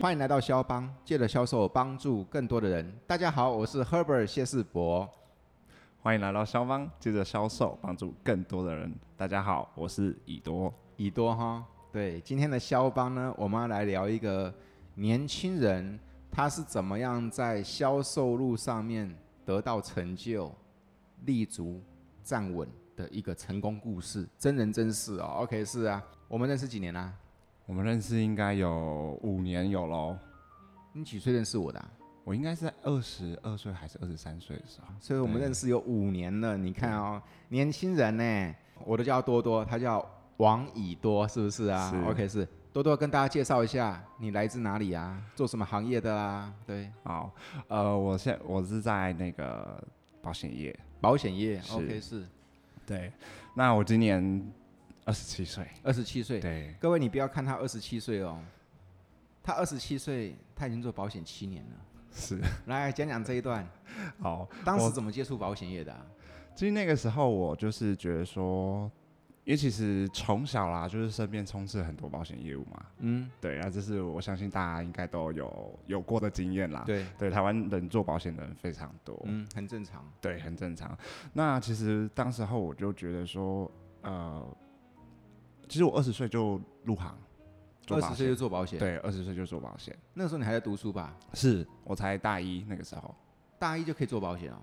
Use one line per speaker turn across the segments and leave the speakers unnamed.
欢迎来到肖邦，借着销售帮助更多的人。大家好，我是 Herbert 谢世博。
欢迎来到肖邦，接着销售，帮助更多的人。大家好，我是以多。
以多哈，对，今天的肖邦呢，我们要来聊一个年轻人他是怎么样在销售路上面得到成就、立足、站稳的一个成功故事，真人真事哦。OK，是啊，我们认识几年啦、
我们认识应该有五年有喽，
你几岁认识我的、啊？
我应该是在二十二岁还是二十三岁的时候。
所以我们认识有五年了，你看哦，年轻人呢，我都叫多多，他叫王以多，是不是啊
是
o k 是多多跟大家介绍一下，你来自哪里啊？做什么行业的啊？对，
好，呃，我现我是在那个保险业。
保险业
是
，OK 是
对，那我今年二十七岁。
二十七岁。
对，
各位，你不要看他二十七岁哦，他二十七岁，他已经做保险七年了。
是
来讲讲这一段，
好。
当时
我
怎么接触保险业的、啊？
其实那个时候我就是觉得说，因为其实从小啦，就是身边充斥很多保险业务嘛。
嗯，
对，那这是我相信大家应该都有有过的经验啦。
对，
对，台湾人做保险的人非常多，
嗯，很正常。
对，很正常。那其实当时候我就觉得说，呃，其实我二十岁就入行做
二
保
十岁就
险，
做保险，，
对，二十岁就做保险，
那个时候你还在读书吧？
是我才大一那个时候，
大一就可以做保险哦，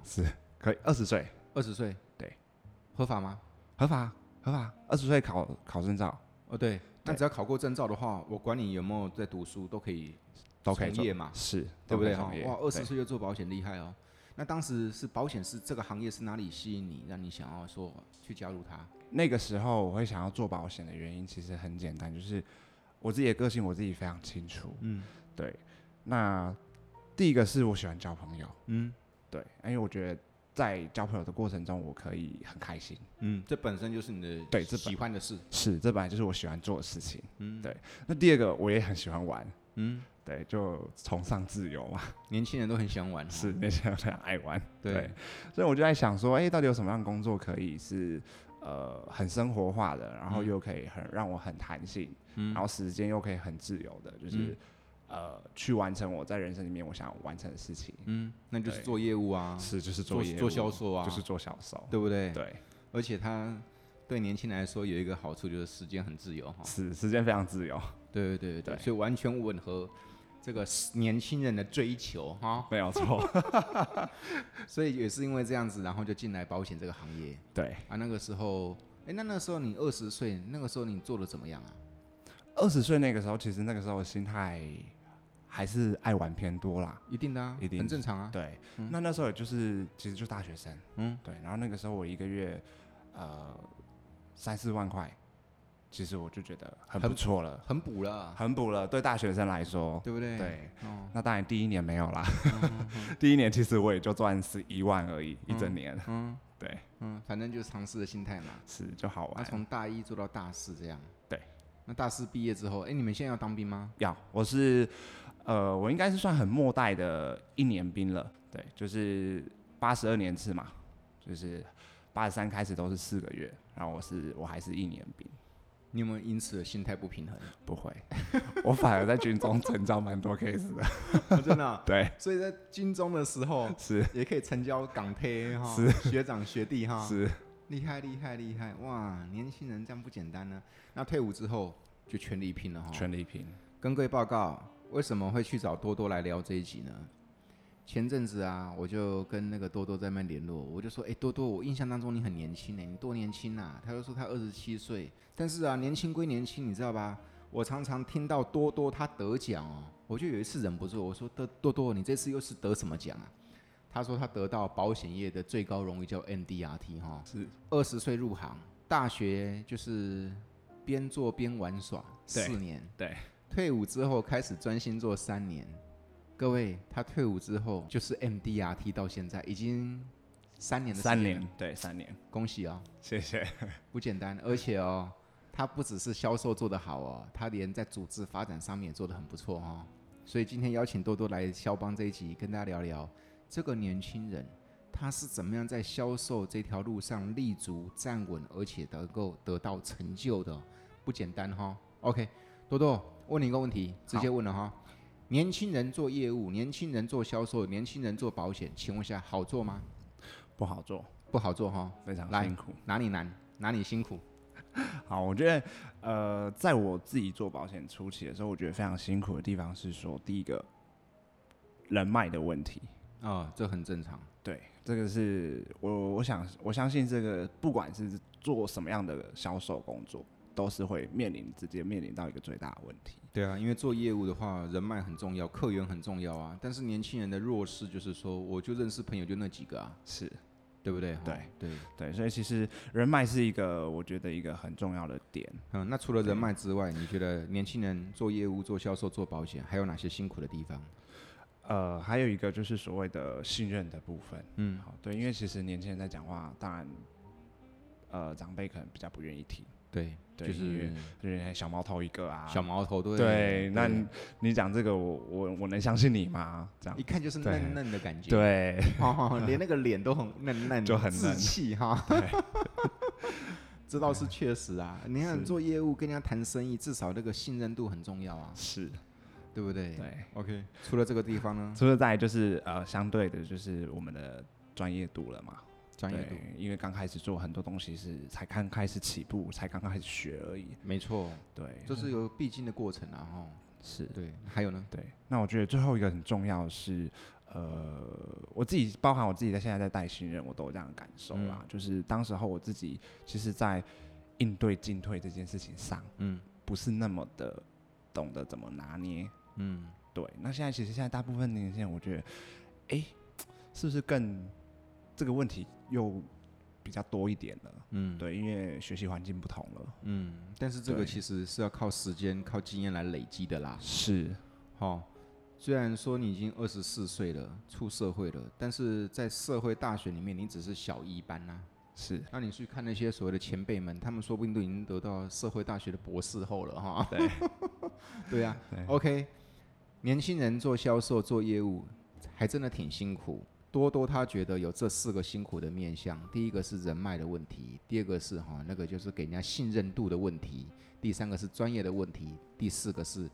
可以二十岁
二十岁，
对，
合法吗？
合法合法，二十岁考考证照
哦，对，那
对
只要考过证照的话，我管你有没有在读书，都可以，
都可以
从
做
业嘛
是，
对不对
都
哈
可以？从业
哇，二十
对
岁就做保险，厉害哦。那当时是保险是这个行业是哪里吸引你，让你想要说去加入它？
那个时候我会想要做保险的原因其实很简单，就是我自己的个性我自己非常清楚。
嗯
对，那第一个是我喜欢交朋友，
嗯
对，因为我觉得在交朋友的过程中我可以很开心，
嗯，这本身就是你的
对这本
喜欢的事，
是，这本来就是我喜欢做的事情。
嗯
对那第二个我也很喜欢玩，
嗯，
对，就崇尚自由嘛，
年轻人都很想玩哦，
是那些人很爱玩，
对，
所以我就在想说，哎、到底有什么样的工作可以是呃很生活化的，然后
嗯
又可以很让我很弹性，
嗯
然后时间又可以很自由的，就是、呃去完成我在人生里面我想完成的事情。
嗯，那就是
对
做业务啊，
是，就是
做
业务
做销售啊，
就是做销售。
对不对？
对，
而且它对年轻人来说有一个好处就是时间很自由哈。
是时间非常自由，
对对对对，
对
所以完全吻合这个年轻人的追求哈，
没 有错。
所以也是因为这样子，然后就进来保险这个行业
对，
啊。那个时候，哎，那那个时候你二十岁，那个时候你做的怎么样啊？
二十岁那个时候，其实那个时候心态还是爱玩偏多啦。
一定的啊，
一定
很正常啊。
对，那那时候也就是其实就大学生，
嗯
嗯，对。然后那个时候我一个月呃三四万块，其实我就觉得很
很
不错了，
很补了，啊
很补了，对大学生来说。
对不对？，
对，
哦，嗯
那当然第一年没有啦， 第一年其实我也就赚十一万而已，一整年。
嗯
对，
嗯，反正就是尝试的心态嘛。
是就好
那
玩。
从大一做到大四这样。
对。
那大四毕业之后，哎，你们现在要当兵吗？
要，我是呃，我应该是算很末代的一年兵了，对，就是八十二年制嘛，就是八十三开始都是四个月，然后我是我还是一年兵，
你有没有因此而心态不平衡？
不会，我反而在军中成长蛮多 case 的，
哦真的啊、
对，
所以在军中的时候，
是
也可以成交港推 哈，学长学弟哈，
是，
厉害厉害厉害哇！年轻人这样不简单呢、那退伍之后就全力拼了哈。
全力拼，
跟各位报告，为什么会去找多多来聊这一集呢？前阵子啊，我就跟那个多多在那边联络，我就说，哎、多多，我印象当中你很年轻呢、你多年轻啊？他就说他二十七岁，但是啊，年轻归年轻，你知道吧？我常常听到多多他得奖哦，我就有一次忍不住我说，多多多，你这次又是得什么奖啊？他说他得到保险业的最高荣誉叫 MDRT 哈、
是
二十岁入行，大学就是边做边玩耍
对
四年，
对，
退伍之后开始专心做三年。各位，他退伍之后就是 MDRT 到现在已经三年的时间
三
了
年，，对，三年，
恭喜哦，
谢谢，
不简单，而且哦，他不只是销售做得好哦，他连在组织发展上面也做得很不错哦。所以今天邀请多多来肖邦这一集，跟大家聊聊这个年轻人他是怎么样在销售这条路上立足站稳，而且能够得到成就的哦，不简单哈、OK，多多问你一个问题，直接问了哈、年轻人做业务，年轻人做销售，年轻人做保险，请问一下，好做吗？
不好做，
不好做哈，
非常
来
辛苦。
哪里难，哪里辛苦？
好，我觉得呃，在我自己做保险初期的时候，我觉得非常辛苦的地方是说，第一个人脉的问题。
哦，这很正常。
对，这个是我我想我相信这个不管是做什么样的销售工作，都是会面临直接面临到一个最大的问题。
对啊，因为做业务的话，人脉很重要，客源很重要啊。但是年轻人的弱势就是说，我就认识朋友就那几个啊，
是
对不对？哈
对
对，
对，所以其实人脉是一个我觉得一个很重要的点。
嗯，那除了人脉之外，你觉得年轻人做业务、做销售、做保险，还有哪些辛苦的地方？
呃，还有一个就是所谓的信任的部分。
嗯，
好，对，因为其实年轻人在讲话，当然，呃，长辈可能比较不愿意听，
对，
对
就
因
是
为就是哎小毛头一个啊。
小毛头，对
对，那你你讲这个，我我我能相信你吗？这样
一。看就是
对
嫩嫩的感觉，，
对，
哦，连那个脸都很 嫩嫩，
就很嫩
稚气哈。 这倒是确实啊，你看
是
做业务跟人家谈生意，至少那个信任度很重要啊，
是，
对不对？
对。
OK，除了这个地方 呢，
除了再来就是呃，相对的就是我们的专业度了嘛。
专业度
对，因为刚开始做很多东西是才刚开始起步，才刚刚开始学而已。
没错，
对，
这是有必经的过程啊，哈。
是
对，还有呢，
对，那我觉得最后一个很重要的是，呃，我自己包含我自己在现在在带新人，我都有这样的感受
嗯
啦。就是当时候我自己其实，在应对进退这件事情上，
嗯
不是那么的懂得怎么拿捏。
嗯，
对，那现在其实现在大部分年轻人，我觉得，哎、是不是更这个问题又比较多一点了？
嗯，
对，因为学习环境不同了。
嗯，但是这个
对
其实是要靠时间、靠经验来累积的啦。
是，
好、虽然说你已经二十四岁了，出社会了，但是在社会大学里面，你只是小一班啊呐、
是，
那你去看那些所谓的前辈们，他们说不定都已经得到社会大学的博士后了哈。
对，
对呀、
对
o k 年轻人做销售、做业务，还真的挺辛苦。多多他觉得有这四个辛苦的面向：第一个是人脉的问题，第二个是哈那个就是给人家信任度的问题，第三个是专业的问题，第四个是嘖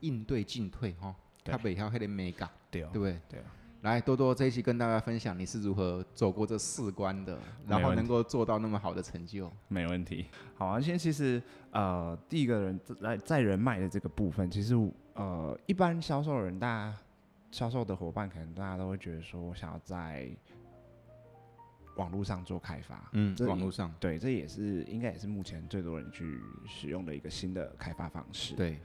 应对进退哈。
对
他北漂还得美感，
对
对哦不对？
对啊
来，多多这一期跟大家分享你是如何走过这四关的，然
没
后
问题
能够做到那么好的成就。
没问题。好啊，现在其实呃，第一个人在在人脉的这个部分，其实呃，一般销售人大家销售的伙伴，可能大家都会觉得说，我想要在网络上做开发，
嗯
这
网络上
对，这也是应该也是目前最多人去使用的一个新的开发方式。
对，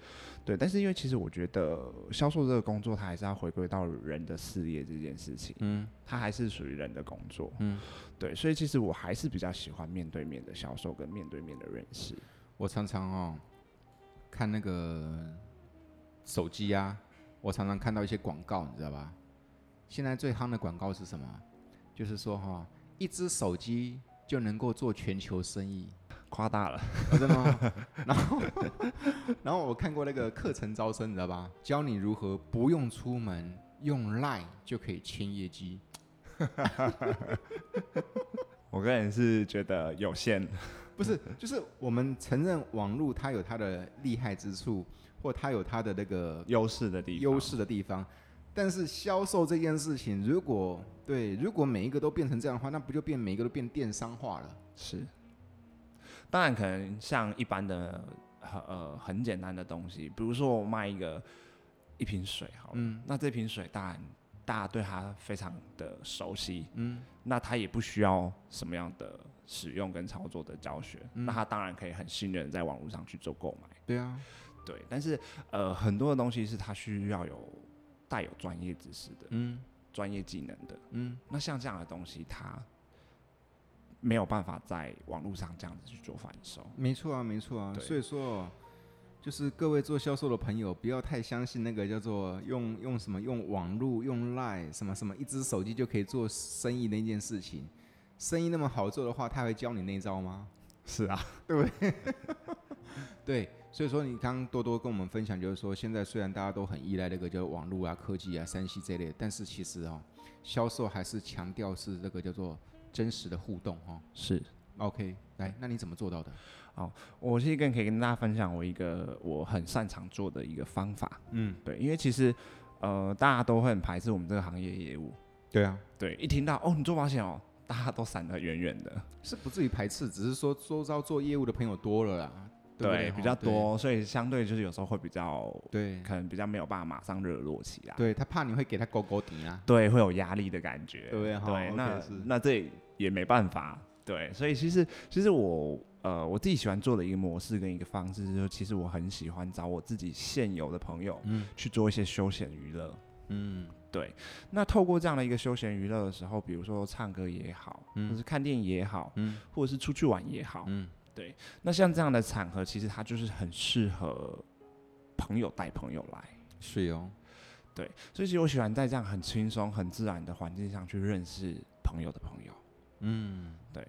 对，但是因为其实我觉得销售这个工作，它还是要回归到人的事业这件事情，
嗯
它还是属于人的工作。
嗯。
对，所以其实我还是比较喜欢面对面的销售跟面对面的认识。
我常常哦看那个手机啊，我常常看到一些广告，你知道吧？现在最夯的广告是什么？就是说哈、一只手机就能够做全球生意，
夸大了，
哦、真的吗？ 然后，然后我看过那个课程招生，你知道吧？教你如何不用出门，用 Line 就可以签业绩。
我个人是觉得有限。
不是，就是我们承认网络它有它的厉害之处，或它有它的那个
优势的地方，
优势的地方。但是销售这件事情，如果对，如果每一个都变成这样的话，那不就变每一个都变电商化了？
是。当然，可能像一般的呃呃很简单的东西，比如说我卖一个一瓶水好了，
嗯
那这瓶水大家大家对它非常的熟悉，
嗯，
那他也不需要什么样的使用跟操作的教学，
嗯
那他当然可以很信任在网络上去做购买。
对啊，
对，但是呃很多的东西是他需要有带有专业知识的、
嗯
专业技能的。
嗯，
那像这样的东西，它没有办法在网络上这样子去做贩售。
没错啊，没错啊。
对
所以说，就是各位做销售的朋友，不要太相信那个叫做用用什么用网络用 Line 什么什么一只手机就可以做生意那件事情。生意那么好做的话，他会教你那一招吗？
是 啊，
对，所以说你刚刚多多跟我们分享，就是说现在虽然大家都很依赖那个叫网络啊、科技啊、三 C 这类，但是其实哦，销售还是强调是这个叫做真实的互动哈、哦。
是
OK，来，那你怎么做到的？
我是更可以跟大家分享我一个我很擅长做的一个方法。
嗯，
对，因为其实呃大家都会很排斥我们这个行业业务，
对啊，
对，一听到哦你做保险哦，大家都闪得远远的，
是不至于排斥，只是说周遭做业务的朋友多了啦，对不对？
比较
哦对
多，所以相对就是有时候会比较
对，
可能比较没有办法马上热络起来，
对他怕你会给他狗狗底啊。
对，会有压力的感觉，
对不对哈
对，
OK，
那
是
那这也没办法，对，所以其实其实我呃我自己喜欢做的一个模式跟一个方式，就是其实我很喜欢找我自己现有的朋友
嗯
去做一些休闲娱乐。
嗯
对，那透过这样的一个休闲娱乐的时候，比如说唱歌也好，或是看电影也好，
嗯
或者是出去玩也好，
嗯，
那像这样的场合，其实它就是很适合朋友带朋友来。
是哦，
对，所以其实我喜欢在这样很轻松、很自然的环境上去认识朋友的朋友。
嗯，
对，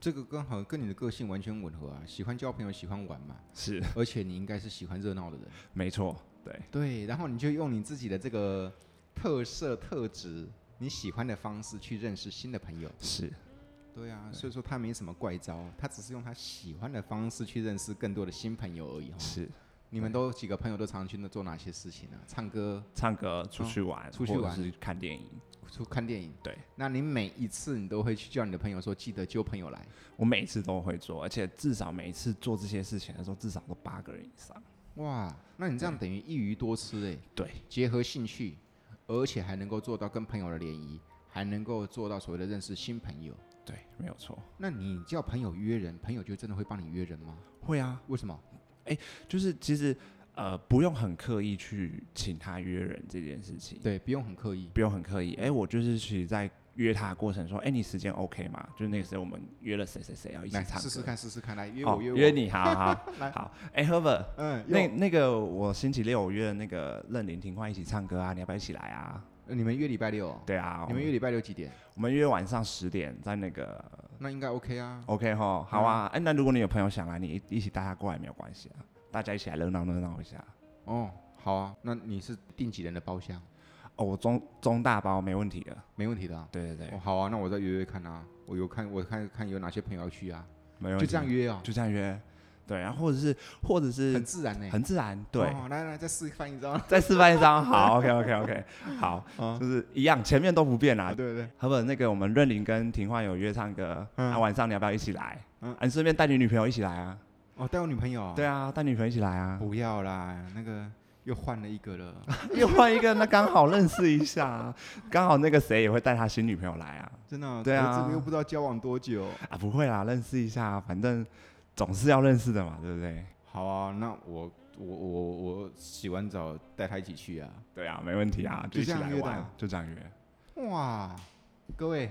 这个刚好跟你的个性完全吻合啊，喜欢交朋友，喜欢玩嘛，
是，
而且你应该是喜欢热闹的人，
没错，对，
对，然后你就用你自己的这个特色特质，你喜欢的方式去认识新的朋友，
是，
对啊，所以说他没什么怪招，他只是用他喜欢的方式去认识更多的新朋友而已哦。
是，
你们都几个朋友都常去那做哪些事情呢、唱歌、
唱歌、出
哦
去玩，
出去
或者
玩
是看电影。
出看电影。
对，
那你每一次你都会去叫你的朋友说，记得揪朋友来。
我每一次都会做，而且至少每一次做这些事情的时候，至少都八个人以上。
哇，那你这样等于一鱼多吃哎、
对，
结合兴趣，而且还能够做到跟朋友的联谊，还能够做到所谓的认识新朋友。
对，没有错。
那你叫朋友约人，朋友就真的会帮你约人吗？
会啊，
为什么？
就是其实呃不用很刻意去请他约人这件事情，，
对，不用很刻意。
不用很刻意。哎、我就是去在约他的过程说，哎、你时间 OK 吗？就是那个时候我们约了谁谁谁要一起
来
唱歌，
试试看，试试看，来约
哦
我，约我，
约。你，好 好
来
好，哎、h e r b e r t
嗯，
那
那
那个我星期六我约了那个任林庭焕一起唱歌啊，你要不要一起来啊？
你们约礼拜六哦、
对啊，
你们约礼拜六几点？
我们约晚上十点在那个。
那应该 OK 啊。
OK 哈，好啊，哎、那如果你有朋友想来，你一一起带他过来没有关系啊，大家一起来热闹热闹一下。
哦，好啊。那你是订几人的包厢？
哦，我中中大包没问题的，
没问题的、啊。
对对对，
哦，好啊，那我再约约看啊。我有看，我看看有哪些朋友要去啊，
没问
就
题，
这样约哦，
就这样约，对，然后或者是或者是
很自然呢、
很自然，对，
哦来来，再示范一张。
再示范一张， 好，OK OK OK，好，
啊
就是一样，前面都不变啊啦。
对对对，
何本那个我们任林跟庭焕有约唱歌，那、
嗯
啊、晚上你要不要一起来？
嗯
啊，你顺便带你女朋友一起来啊？
哦，带我女朋友。
对啊，带女朋友一起来啊，
不要啦，那个又换了一个了，
又换一个，那刚好认识一下、啊，刚好那个谁也会带他新女朋友来啊，
真的哦。
对啊
可是这个又不知道交往多久。
啊，不会啦，认识一下，啊反正总是要认识的嘛，对不对？
好啊，那我我我我洗完澡带她一起去啊。
对啊，没问题啊，
就
一
这
起
样
来
约的
玩
啊，
就这样约。
哇，各位，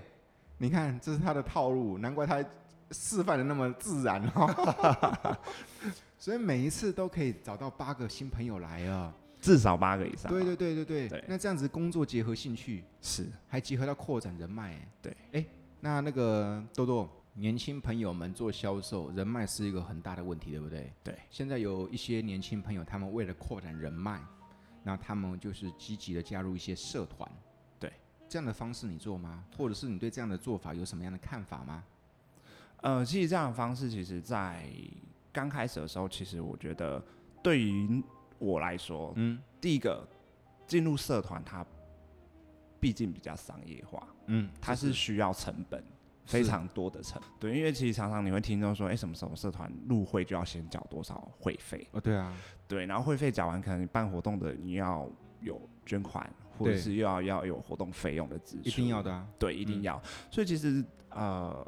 你看这是他的套路，难怪他示范的那么自然哦。 所以每一次都可以找到八个新朋友来啊！
至少八个以上。
对对，对对对，
对
那这样子工作结合兴趣，
是
还结合到扩展人脉欸。
对
哎，那那个多多，年轻朋友们做销售，人脉是一个很大的问题，对不对？
对。
现在有一些年轻朋友，他们为了扩展人脉，那他们就是积极的加入一些社团。
对，
这样的方式你做吗？或者是你对这样的做法有什么样的看法吗？
呃，其实这样的方式，其实在刚开始的时候，其实我觉得对于我来说，
嗯
第一个进入社团，它毕竟比较商业化，
嗯，
它是需要成本。
是
非常多的成本，对，因为其实常常你会听到说，哎、什么什么社团入会就要先缴多少会费，
哦，对啊，
对，然后会费缴完，可能你办活动的你要有捐款，或者
对
是又要要有活动费用的支出，
一定要的啊。
对，一定要。所以其实呃，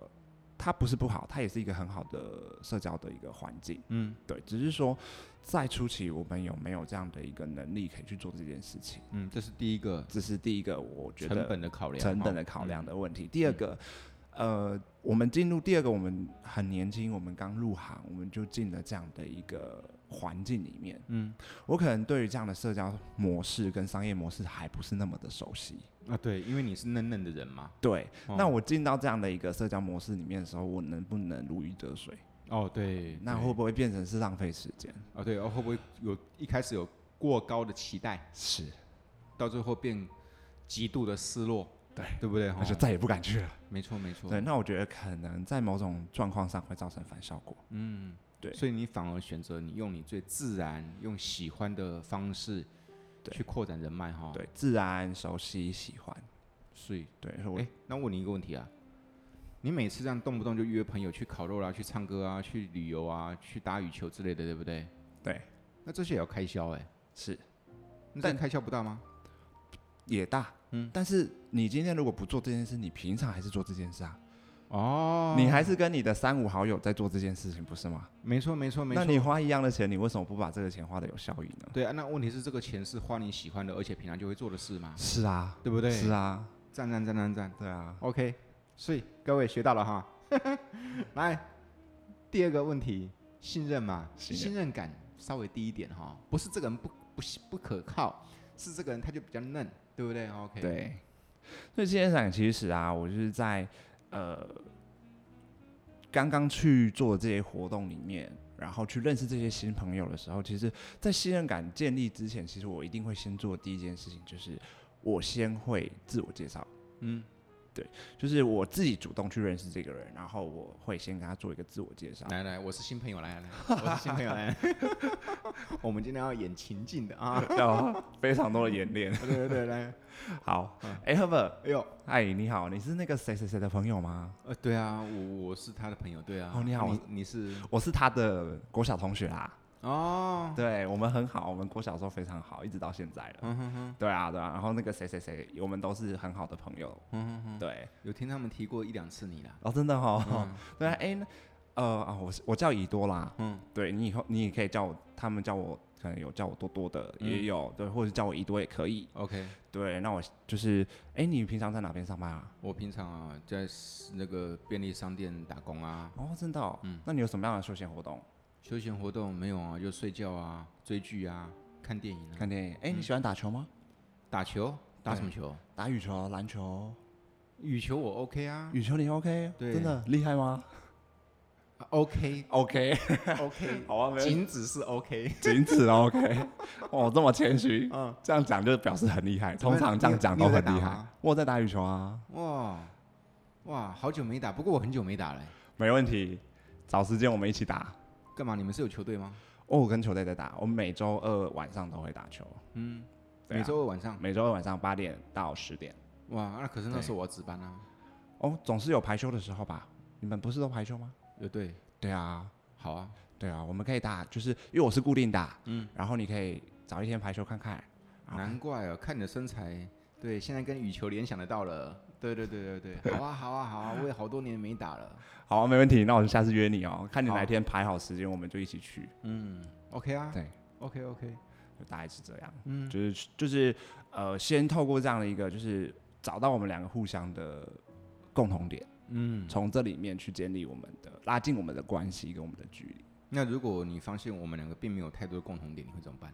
它不是不好，它也是一个很好的社交的一个环境。
嗯
对，只是说在初期我们有没有这样的一个能力可以去做这件事情，
嗯，这是第一个
这是第一个我觉得
成本的考量，嗯
成本
哦
的考量的问题。第二个。呃，我们进入第二个，我们很年轻，我们刚入行，我们就进了这样的一个环境里面。
嗯
我可能对于这样的社交模式跟商业模式还不是那么的熟悉。
啊，对，因为你是嫩嫩的人嘛。
对，那
哦
我进到这样的一个社交模式里面的时候，我能不能如鱼得水？
哦，对，
那
对
会不会变成是浪费时间？
啊，对，哦，会不会有一开始有过高的期待，
是，
到最后变极度的失落？
对，
对不对？
那就
哈
再也不敢去了。
没错没错
对，，那我觉得可能在某种状况上会造成反效果。
嗯，
对
所以你反而选择你用你最自然、用喜欢的方式
对
去扩展人脉哈。，
对，自然、熟悉、喜欢。
所以
对，我、
哎，那问你一个问题啊，你每次这样动不动就约朋友去烤肉啦、去唱歌啊、去旅游啊、去打羽球之类的，对不对？
对
那这些也要开销哎、
是
那这样
但
开销不大吗？
也大，
嗯
嗯，但是你今天如果不做这件事，你平常还是做这件事啊，
哦，
你还是跟你的三五好友在做这件事情，不是吗？
没错没错没
那你
错。
花一样的钱，你为什么不把这个钱花的有效益呢？
对啊，那问题是这个钱是花你喜欢的，而且平常就会做的事吗？
是啊，
对不对？
是啊，
赞赞赞赞赞
对啊，
，OK，所以各位学到了哈。 来，第二个问题，信任嘛，
信任
任感稍微低一点哈，不是这个人不不不可靠，是这个人他就比较嫩，对不对？OK，，
对。所以现场其实啊，我就是在呃刚刚去做这些活动里面，然后去认识这些新朋友的时候，其实，在信任感建立之前，其实我一定会先做的第一件事情，就是我先会自我介绍。
嗯，
就是我自己主动去认识这个人，然后我会先跟他做一个自我介 绍。
来来，我是新朋友，来来 来，我是新朋友，来来。 我们今天要演情境的啊，
然后哦非常多的演练。
对对对，来，
好
嗯，
哎、赫 h e r b e r
哎呦，
嗨，你好，你是那个谁谁谁的朋友吗？
呃，对啊，我我是他的朋友，对啊，
哦你好
你你是
我是他的国小同学啊啦。
哦，
对我们很好，我们国小的时候非常好，一直到现在了。
嗯哼哼，
对啊，对啊。然后那个谁谁谁，我们都是很好的朋友。
嗯哼哼，
对，
有听他们提过一两次你啦，
哦，真的哦。
嗯
对啊，哎、那呃啊，我是我叫以多啦。
嗯，
对你以后你也可以叫我，他们叫我可能有叫我多多的，也
嗯
有对，或者叫我以多也可以。
OK，
对，那我就是，哎、你平常在哪边上班啊？
我平常啊在那个便利商店打工啊，
哦，真的、哦，
嗯
那你有什么样的休闲活动？
休闲活动没有啊，就睡觉啊、追剧啊、看电影啊、
看电影？哎、你喜欢打球吗？
打球，打什么球？啊
打羽球、篮球、
羽球我 OK 啊
羽球你 OK？
对
真的厉害吗
啊，OK
？OK，
OK，
好啊，没问
仅只是 OK，
仅此 OK。哦，这么谦虚，
嗯，
这样讲就表示很厉害。
怎么
通常这样讲
你有
都
你有
很
在打
厉害
吗。
我有在打羽球啊，
哇哇，好久没打，不过我很久没打了欸、
没问题。找时间我们一起打。
干嘛？你们是有球队吗？
哦，我跟球队在打，我们每周二晚上都会打球，
嗯，
对啊
每周二晚上。
每周二晚上八点到十点。
哇，那可是那
对
时候我要值班啊。
哦，总是有排休的时候吧？你们不是都排休吗？
有对，
对啊，
好啊，
对啊，我们可以打，就是因为我是固定打，
嗯
嗯，然后你可以找一天排球看看，然后
难怪啊，看你的身材，对，现在跟羽球联想得到了。对对对对对，好啊好啊好啊，我也好多年没打了。
好啊，没问题，那我就下次约你哦，看你
好
哪天排好时间，我们就一起去。
嗯，OK 啊，
对，
，OK OK，
就大概是这样，
嗯，
就是就是呃，先透过这样的一个，就是找到我们两个互相的共同点，
嗯，
从这里面去建立我们的拉近我们的关系跟我们的距离。
那如果你发现我们两个并没有太多的共同点，你会怎么办？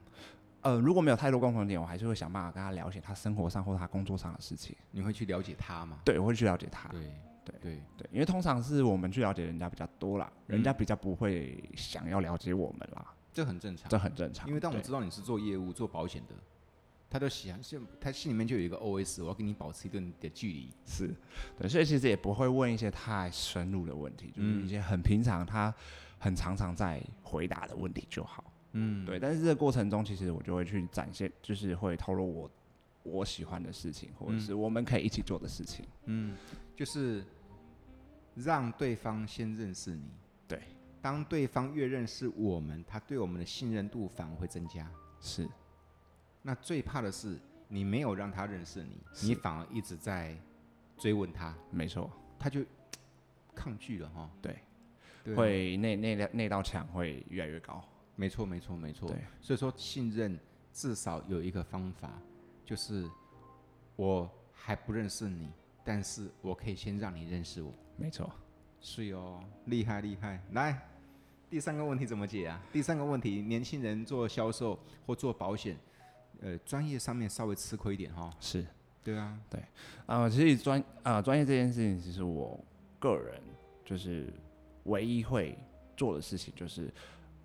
呃，如果没有太多共同点，我还是会想办法跟他了解他生活上或他工作上的事情。
你会去了解他吗？
对，我会去了解他。
对
对
对，
对，因为通常是我们去了解人家比较多啦，人
嗯
家比较不会想要了解我们啦，
这很正常
这。很正常。
因为当我
对
知道你是做业务、做保险的，他就想，现他心里面就有一个 OS，我要跟你保持一定的距离。
是，对，所以其实也不会问一些太深入的问题，就是
嗯
一些很平常，他很常常在回答的问题就好。
嗯，
对，但是这个过程中，其实我就会去展现，就是会透露我我喜欢的事情，或者
嗯
是我们可以一起做的事情。
嗯，就是让对方先认识你。
对，
当对方越认识我们，他对我们的信任度反而会增加。
是
那最怕的是你没有让他认识你，
是
你反而一直在追问他，
没错，
他就抗拒了哈。
对，
对啊，
会那那道那道墙会越来越高。
没错，没错，没错
对。
所以说，信任至少有一个方法，就是我还不认识你，但是我可以先让你认识我。
没错，
是哦，厉害厉害！来，第三个问题怎么解啊？第三个问题，年轻人做销售或做保险，呃，专业上面稍微吃亏一点哈。
是
对啊，
啊、呃其实专啊专业这件事情，其实我个人就是唯一会做的事情，就是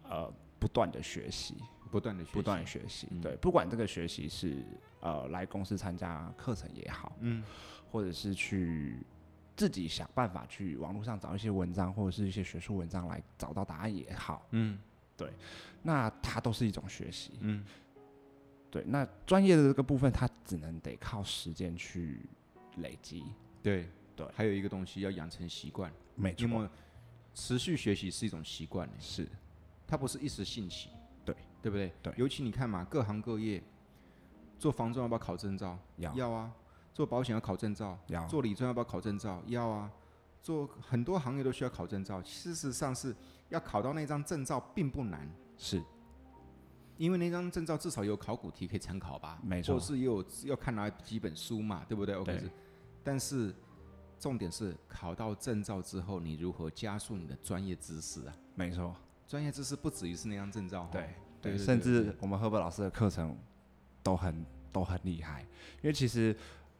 呃不断的学习。
不断的学习，
不断地学习
嗯。
对，不管这个学习是呃来公司参加课程也好，
嗯，
或者是去自己想办法去网络上找一些文章或者是一些学术文章来找到答案也好，
嗯
那它都是一种学习。
嗯，
对，那专业的这个部分，它只能得靠时间去累积。
对
对
还有一个东西要养成习惯，
没
因为持续学习是一种习惯欸，
是
它不是一时兴起，
对
对不对？
对
尤其你看嘛，各行各业，做房仲要不要考证照？
要
要啊。做保险要考证照，
要
做理专要不要考证照？要啊。做很多行业都需要考证照，事实上是要考到那张证照并不难，
是
因为那张证照至少有考古题可以参考吧，
没错
或是也有要看哪几本书嘛，对不对？OK，
对
是但是重点是考到证照之后，你如何加速你的专业知识啊？
没错，
专业知识不止于是那张证照哦，
对
对对
甚
对对
至我们赫伯老师的课程都很都很厉害，因为其实。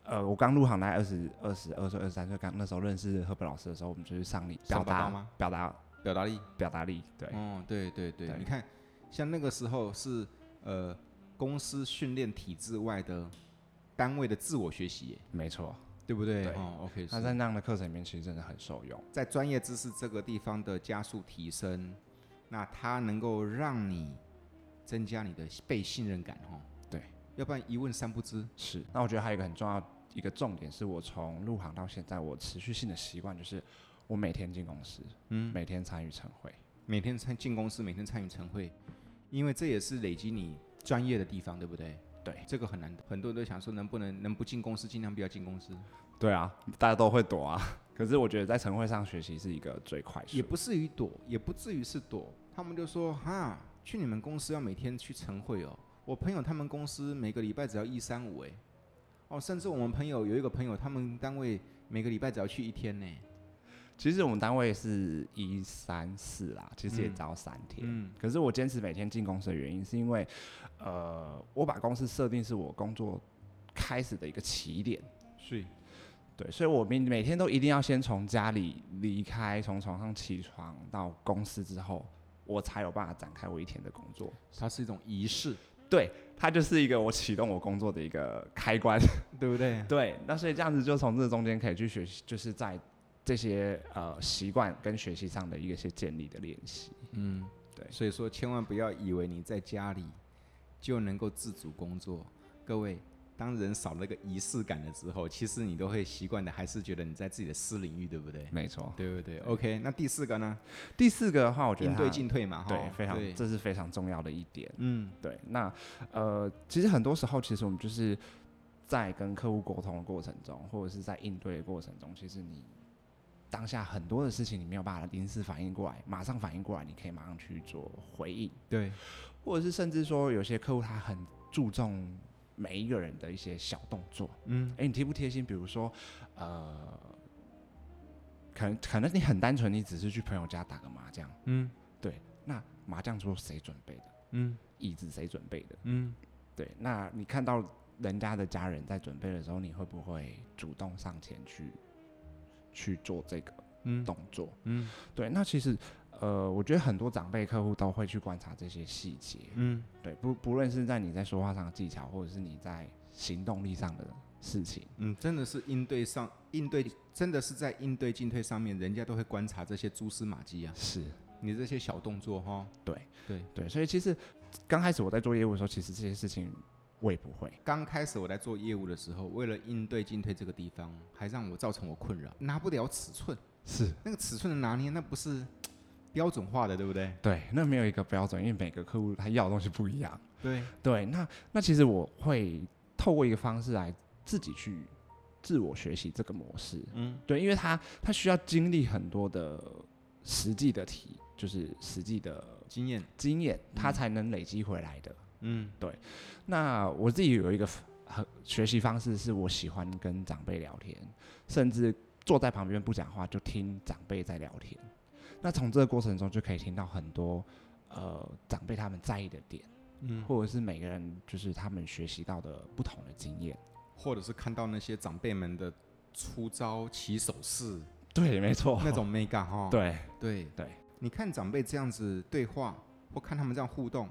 呃，我刚入行大概二十二十二岁、二十三岁，刚那时候认识赫本老师的时候，我们就是上力
上报
表
告
达
吗
表达
表达力。
表达力，对，
哦，对对对，
对
你看，像那个时候是呃公司训练体制外的单位的自我学习耶，
没错。
对不对？
对
哦，OK，
他
是
在那样的课程里面，其实真的很受用。
在专业知识这个地方的加速提升，那它能够让你增加你的被信任感哦。
对，
要不然一问三不知。
是，那我觉得还有一个很重要一个重点，是我从入行到现在，我持续性的习惯就是我每天进公司，
嗯，
每天参与晨会，
每天参进公司，每天参与晨会，因为这也是累积你专业的地方，对不对？
对
这个很难，很多人都想说能不能能不进公司尽量不要进公司，
对啊，大家都会躲啊。 可是我觉得在晨会上学习是一个最快速
也，不至于躲，也不至于是躲，他们就说哈，去你们公司要每天去晨会哦。我朋友他们公司每个礼拜只要一三五哎，哦，甚至我们朋友有一个朋友，他们单位每个礼拜只要去一天呢。
其实我们单位是一三四啦，其实也只要三天。
嗯
可是我坚持每天进公司的原因，是因为，呃，我把公司设定是我工作开始的一个起点，
是，
对，所以我每每天都一定要先从家里离开，从床上起床到公司之后，我才有办法展开我一天的工作。
它是一种仪式，
对，它就是一个我启动我工作的一个开关。
对不对？
对，那所以这样子就从这中间可以去学习，就是在这些呃习惯跟学习上的一个些建立的练习。
嗯，
对
所以说千万不要以为你在家里就能够自主工作，各位。当人少了那个仪式感了之后，其实你都会习惯的，还是觉得你在自己的私领域，对不对？
没错。
对不对？OK，那第四个呢？
第四个的话，我觉得
应对
它
进哦退嘛，哈，
对非常，这是非常重要的一点。
嗯，
对，那呃，其实很多时候，其实我们就是在跟客户沟通的过程中，或者是在应对的过程中，其实你当下很多的事情你没有办法临时反应过来，马上反应过来，你可以马上去做回应，
对，
或者是甚至说有些客户他很注重每一个人的一些小动作，
嗯
哎、你贴不贴心？比如说，呃，可能可能你很单纯，你只是去朋友家打个麻将，
嗯
对，那麻将桌谁准备的？
嗯
椅子谁准备的？
嗯，
对，那你看到人家的家人在准备的时候，你会不会主动上前去去做这个
嗯
动作？
嗯
对，那其实呃，我觉得很多长辈客户都会去观察这些细节。
嗯，
对，不不论是在你在说话上的技巧，或者是你在行动力上的事情，
嗯，真的是应对上应对，真的是在应对进退上面，人家都会观察这些蛛丝马迹啊，
是
你这些小动作哈，
对
对。
对。所以其实刚开始我在做业务的时候，其实这些事情我也不会。
刚开始我在做业务的时候，为了应对进退这个地方，还让我造成我困扰，拿不了尺寸，
是
那个尺寸的拿捏，那不是标准化的，对不对？
对，那没有一个标准，因为每个客户他要的东西不一样。
对，
对，那那其实我会透过一个方式来自己去自我学习这个模式。
嗯
对，因为他他需要经历很多的实际的题，就是实际的
经验，
经验，他
嗯
才能累积回来的。
嗯
那我自己有一个很学习方式，是我喜欢跟长辈聊天，甚至坐在旁边不讲话，就听长辈在聊天。那从这个过程中就可以听到很多呃长辈他们在意的点。
嗯，
或者是每个人就是他们学习到的不同的经验。
或者是看到那些长辈们的出招、起手式
对，没错
那种 mega 哈。
对
哦对
对，
你看长辈这样子对话，或看他们这样互动，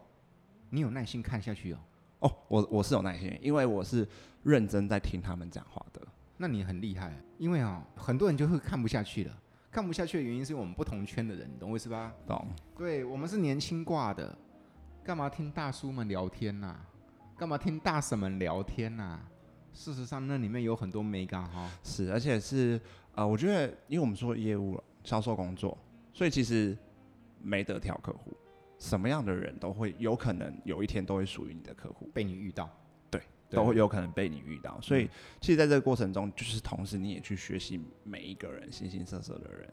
你有耐心看下去哦，
哦，我我是有耐心，因为我是认真在听他们讲话的。
那你很厉害，因为哦，很多人就会看不下去了。看不下去的原因是因为我们不同圈的人，你懂我意思吧？
懂？
对我们是年轻挂的，干嘛听大叔们聊天呐、干嘛听大婶们聊天呐、啊事实上，那里面有很多美感哈。
是，而且是呃，我觉得因为我们做业务了，销售工作，所以其实没得挑客户，什么样的人都会有可能有一天都会属于你的客户，
被你遇到，
对，嗯
对
都会有可能被你遇到。所以其实在这个过程中，就是同时你也去学习每一个人形形色色的人。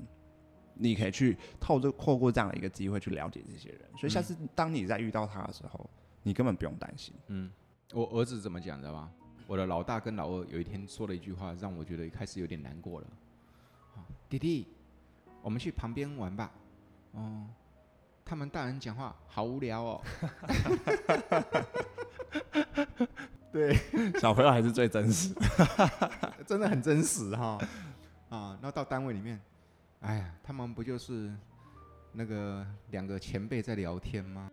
你可以去透过透过这样的一个机会去了解这些人，所以下次当你在遇到他的时候，你根本不用担心。
嗯我儿子怎么讲的吧？我的老大跟老二有一天说了一句话，让我觉得开始有点难过了。啊弟弟，我们去旁边玩吧。哦，他们大人讲话好无聊哦。
小朋友还是最真实。
真的很真实哈、啊，那到单位里面，哎呀，他们不就是那个两个前辈在聊天吗？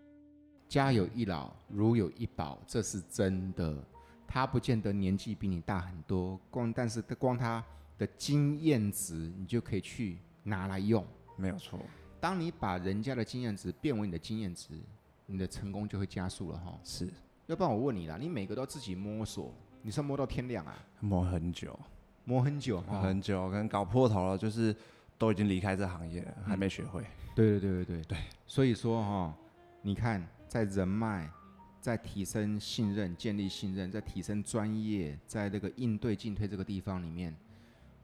家有一老，如有一宝，这是真的。他不见得年纪比你大很多，光但是光他的经验值，你就可以去拿来用。
没有错，
当你把人家的经验值变为你的经验值，你的成功就会加速了哈、
是
要不然我问你啦，你每个都要自己摸索，你是要摸到天亮啊？
磨很久，
摸很久哈、
很久，可能搞破头了，就是都已经离开这行业了，还没学会。
对对对对对对。所以说哈、你看，在人脉，在提升信任、建立信任，在提升专业，在这个应对进退这个地方里面，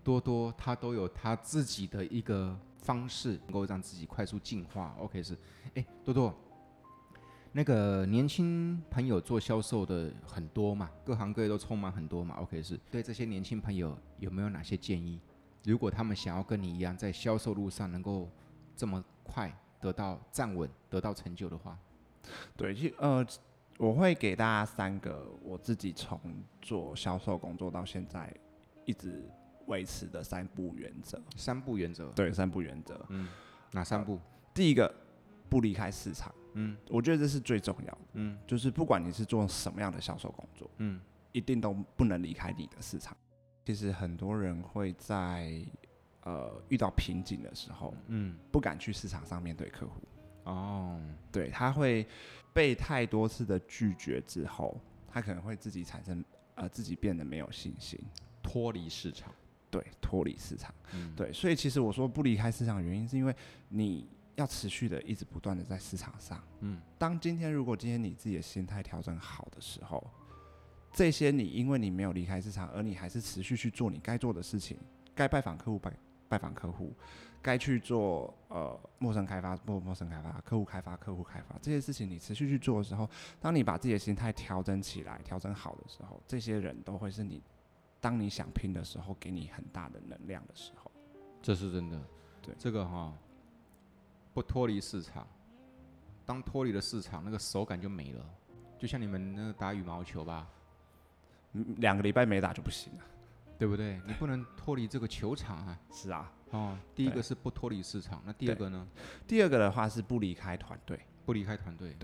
多多他都有他自己的一个方式，能够让自己快速进化。OK，是，哎，多多。那个年轻朋友做销售的很多嘛，各行各业都充满很多嘛。OK，是对这些年轻朋友有没有哪些建议？如果他们想要跟你一样在销售路上能够这么快得到站稳、得到成就的话，
对，其实呃，我会给大家三个我自己从做销售工作到现在一直维持的三不原则。
三步原则，
对，三不原则，
哪三步？
第一个不离开市场，嗯，我觉得这是最重要的，嗯，就是不管你是做什么样的销售工作，
嗯，
一定都不能离开你的市场。其实很多人会在呃遇到瓶颈的时候，
嗯，
不敢去市场上面对客户，
哦，
对他会被太多次的拒绝之后，他可能会自己产生呃自己变得没有信心，
脱离市场，
对，脱离市场，
嗯
对，所以其实我说不离开市场的原因是因为你要持续的一直不断的在市场上，
嗯，
当今天如果今天你自己的心态调整好的时候，这些你因为你没有离开市场，而你还是持续去做你该做的事情，该拜访客户拜拜访客户，该去做呃陌生开发陌陌生开发客户开发客户开发这些事情，你持续去做的时候，当你把自己的心态调整起来，调整好的时候，这些人都会是你。当你想拼的时候，给你很大的能量的时候，
这是真的。
对
这个哈、不脱离市场，当脱离了市场，那个手感就没了。就像你们那个打羽毛球吧，
嗯两个礼拜没打就不行了。
对不对？你不能脱离这个球场啊。
是啊，
哦，第一
对
个是不脱离市场，那第二个呢？
第二个的话是不离开团队。
不离开团队。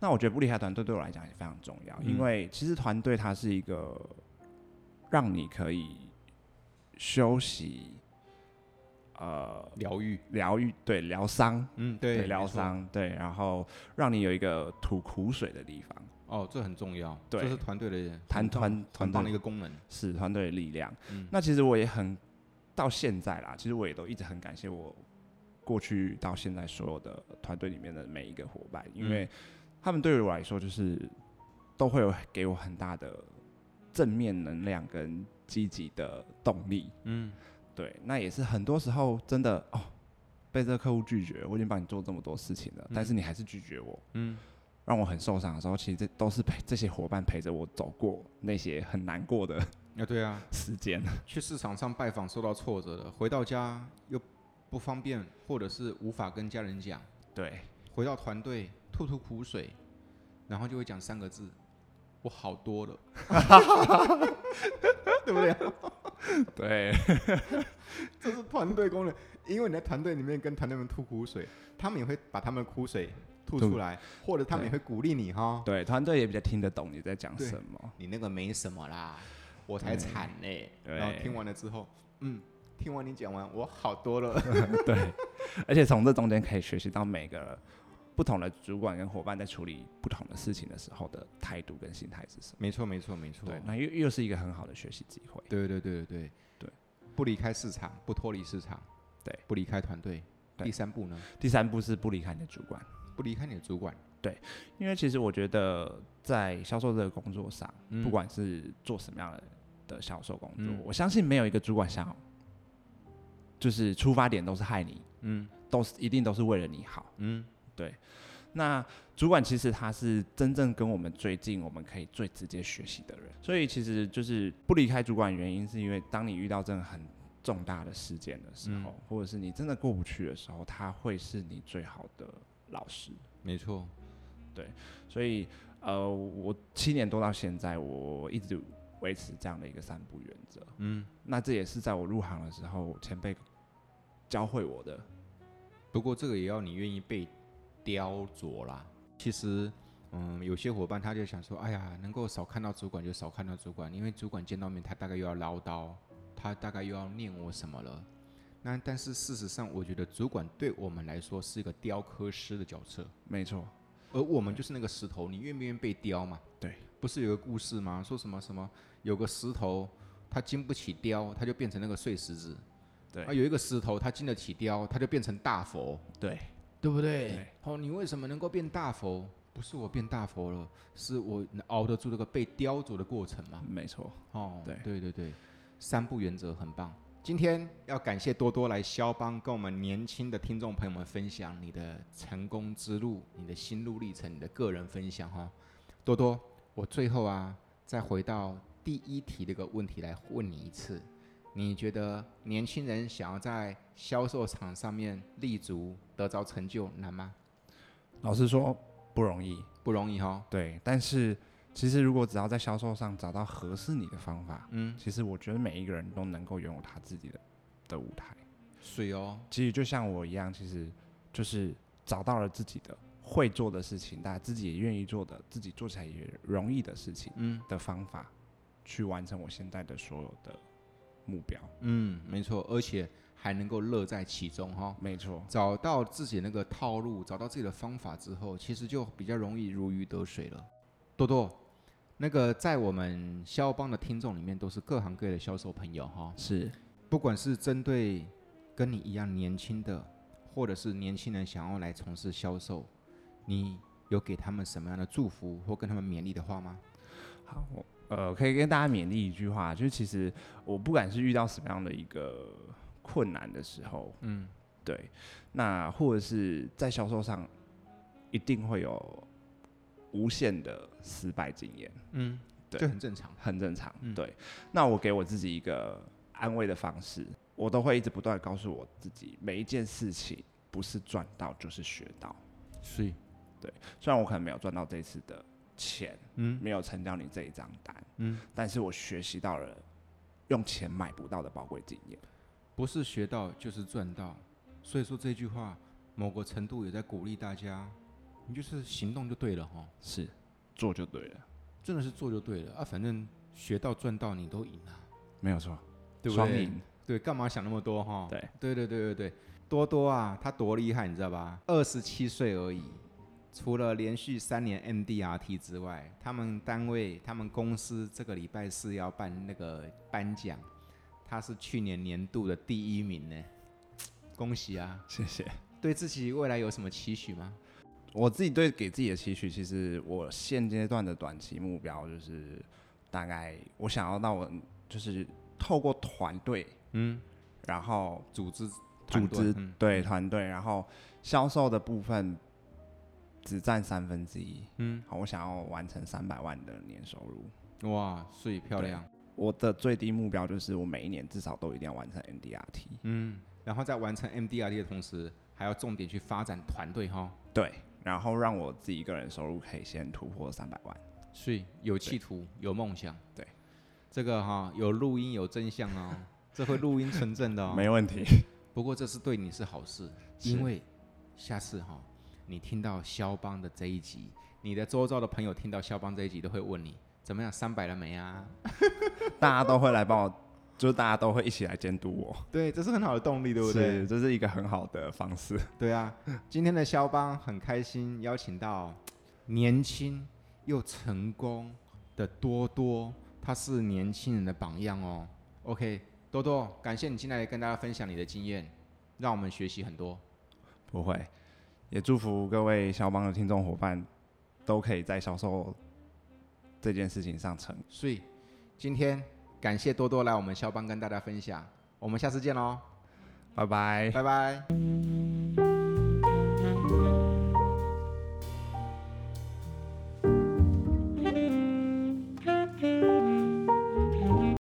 那我觉得不离开团队对我来讲也非常重要，
嗯
因为其实团队它是一个让你可以休息、呃
疗愈，
疗愈、对疗伤、
嗯，对，
疗
没错。
伤，对，然后让你有一个吐苦水的地方，
哦，这很重要，
对
这是团队的
谈
很棒
团团
很棒的
队
一个功能。
是团队的力量。
嗯
那其实我也很到现在啦，其实我也都一直很感谢我过去到现在所有的团队里面的每一个伙伴，
嗯
因为他们对于我来说就是都会有给我很大的正面能量跟积极的动力。
嗯，
对，那也是很多时候真的哦，被这个客户拒绝，我已经帮你做这么多事情了，但是你还是拒绝我，
嗯，
让我很受伤的时候，其实这都是陪这些伙伴陪着我走过那些很难过的
啊，对啊，
时间。
去市场上拜访受到挫折了，回到家又不方便，或者是无法跟家人讲，
对，
回到团队吐吐苦水，然后就会讲三个字：我好多了， 对不对？ 啊
对，
这是团队功能，因为你在团队里面跟团队们吐苦水，他们也会把他们的苦水吐
吐
出来，或者他们也会鼓励你哈。
对，团队也比较听得懂你在讲
对
什么。
你那个没什么啦，我才惨呢、
对
然后听完了之后，嗯，听完你讲完，我好多了。
对，而且从这中间可以学习到每个不同的主管跟伙伴在处理不同的事情的时候的态度跟心态是什么。
没错，没错，没错。
对，那又又是一个很好的学习机会。
对对对对对
对，
不离开市场，不脱离市场，
对，
不离开团队。
对
第三步呢，
第三步是不离开你的主管，
不离开你的主管，
因为其实我觉得在销售这个工作上，
嗯
不管是做什么样的的销售工作，
嗯
我相信没有一个主管想，就是出发点都是害你，
嗯
都是一定都是为了你好。
嗯，
那主管其实他是真正跟我们最近，我们可以最直接学习的人。所以其实就是不离开主管的原因，是因为当你遇到真的很重大的事件的
嗯
时候，或者是你真的过不去的时候，他会是你最好的老师。
没错，
所以呃，我七年多到现在，我一直维持这样的一个散步原则。
嗯。
那这也是在我入行的时候，前辈教会我的。
不过这个也要你愿意被雕琢啦。其实，嗯，有些伙伴他就想说，哎呀，能够少看到主管就少看到主管，因为主管见到面，他大概又要唠叨，他大概又要念我什么了。那但是事实上，我觉得主管对我们来说是一个雕刻师的角色，
没错，
而我们就是那个石头，你愿不愿意被雕嘛？
对，
不是有个故事吗？说什么什么有个石头，它经不起雕，它就变成那个碎石子；
对
啊，有一个石头，它经得起雕，它就变成大佛。
对
对不对？
对
哦，你为什么能够变大佛？不是我变大佛了，是我能熬得住这个被雕琢的过程嘛？
没错，
哦，
对
对对对三不原则很棒。今天要感谢多多来肖邦跟我们年轻的听众朋友们分享你的成功之路、你的心路历程、你的个人分享哈、哦。多多，我最后啊，再回到第一题这个问题来问你一次，你觉得年轻人想要在销售场上面立足、得着成就难吗？
老实说不容易。
不容易哈、哦。
对，但是其实如果只要在销售上找到合适你的方法，
嗯，
其实我觉得每一个人都能够拥有他自己的的舞台。
水哦，
其实就像我一样，其实就是找到了自己的会做的事情，大家自己也愿意做的，自己做起来也容易的事情
嗯
的方法，去完成我现在的所有的目标。
嗯，没错，而且还能够乐在其中哈、哦。
没错，
找到自己那个套路，找到自己的方法之后，其实就比较容易如鱼得水了。多多，那个在我们肖邦的听众里面都是各行各业的销售朋友哈，
是
不管是针对跟你一样年轻的，或者是年轻人想要来从事销售，你有给他们什么样的祝福或跟他们勉励的话吗？
好，我呃，可以跟大家勉励一句话，就是其实我不管是遇到什么样的一个困难的时候，
嗯，
对，那或者是在销售上，一定会有无限的失败经验，
嗯，
对
这很正常。
很正常。
嗯
对，那我给我自己一个安慰的方式，我都会一直不断地告诉我自己，每一件事情不是赚到就是学到。
是，
虽然我可能没有赚到这次的钱，
嗯
没有成交你这一张单，
嗯，
但是我学习到了用钱买不到的宝贵经验。
不是学到就是赚到，所以说这句话某个程度也在鼓励大家，你就是行动就对了哈，
是，做就对了，
真的是做就对了啊，反正学到赚到你都赢了，
没有错，
对不
双
对？
赢。
对，干嘛想那么多哈？
对，
对对对对对，多多啊，他多厉害，你知道吧？二十七岁而已，除了连续三年 MDRT 之外，他们单位、他们公司这个礼拜四要办那个颁奖，他是去年年度的第一名呢，恭喜啊！
谢谢。
对自己未来有什么期许吗？
我自己对给自己的期许，其实我现阶段的短期目标就是，大概我想要到我就是透过团队，
嗯，
然后
组织
组
团队
织
嗯
对团队，然后销售的部分只占三分之一。
嗯，
好，我想要完成三百万的年收入。
哇，所以漂亮，
我的最低目标就是我每一年至少都一定要完成 NDRT。
嗯，然后在完成 MDRT 的同时，还要重点去发展团队哈、
对，然后让我自己个人收入可以先突破三百万。
所以有企图，有梦想，
对，
这个哈、有录音有真相 哦，这会录音 存证的哦。
没问题，
不过这是对你是好事，
是
因为下次哈、你听到肖邦的这一集，你的周遭的朋友听到肖邦这一集都会问你怎么样，三百了没啊？
大家都会来帮我，就是大家都会一起来监督我，
对，这是很好的动力，对不对？
是，这是一个很好的方式。
对啊，今天的肖邦很开心邀请到年轻又成功的多多，他是年轻人的榜样哦。OK，多多，感谢你进来跟大家分享你的经验，让我们学习很多。
不会，也祝福各位肖邦的听众伙伴都可以在销售这件事情上成功。
所以今天感谢多多来我们肖邦跟大家分享，我们下次见喽，
拜拜。
哦拜拜。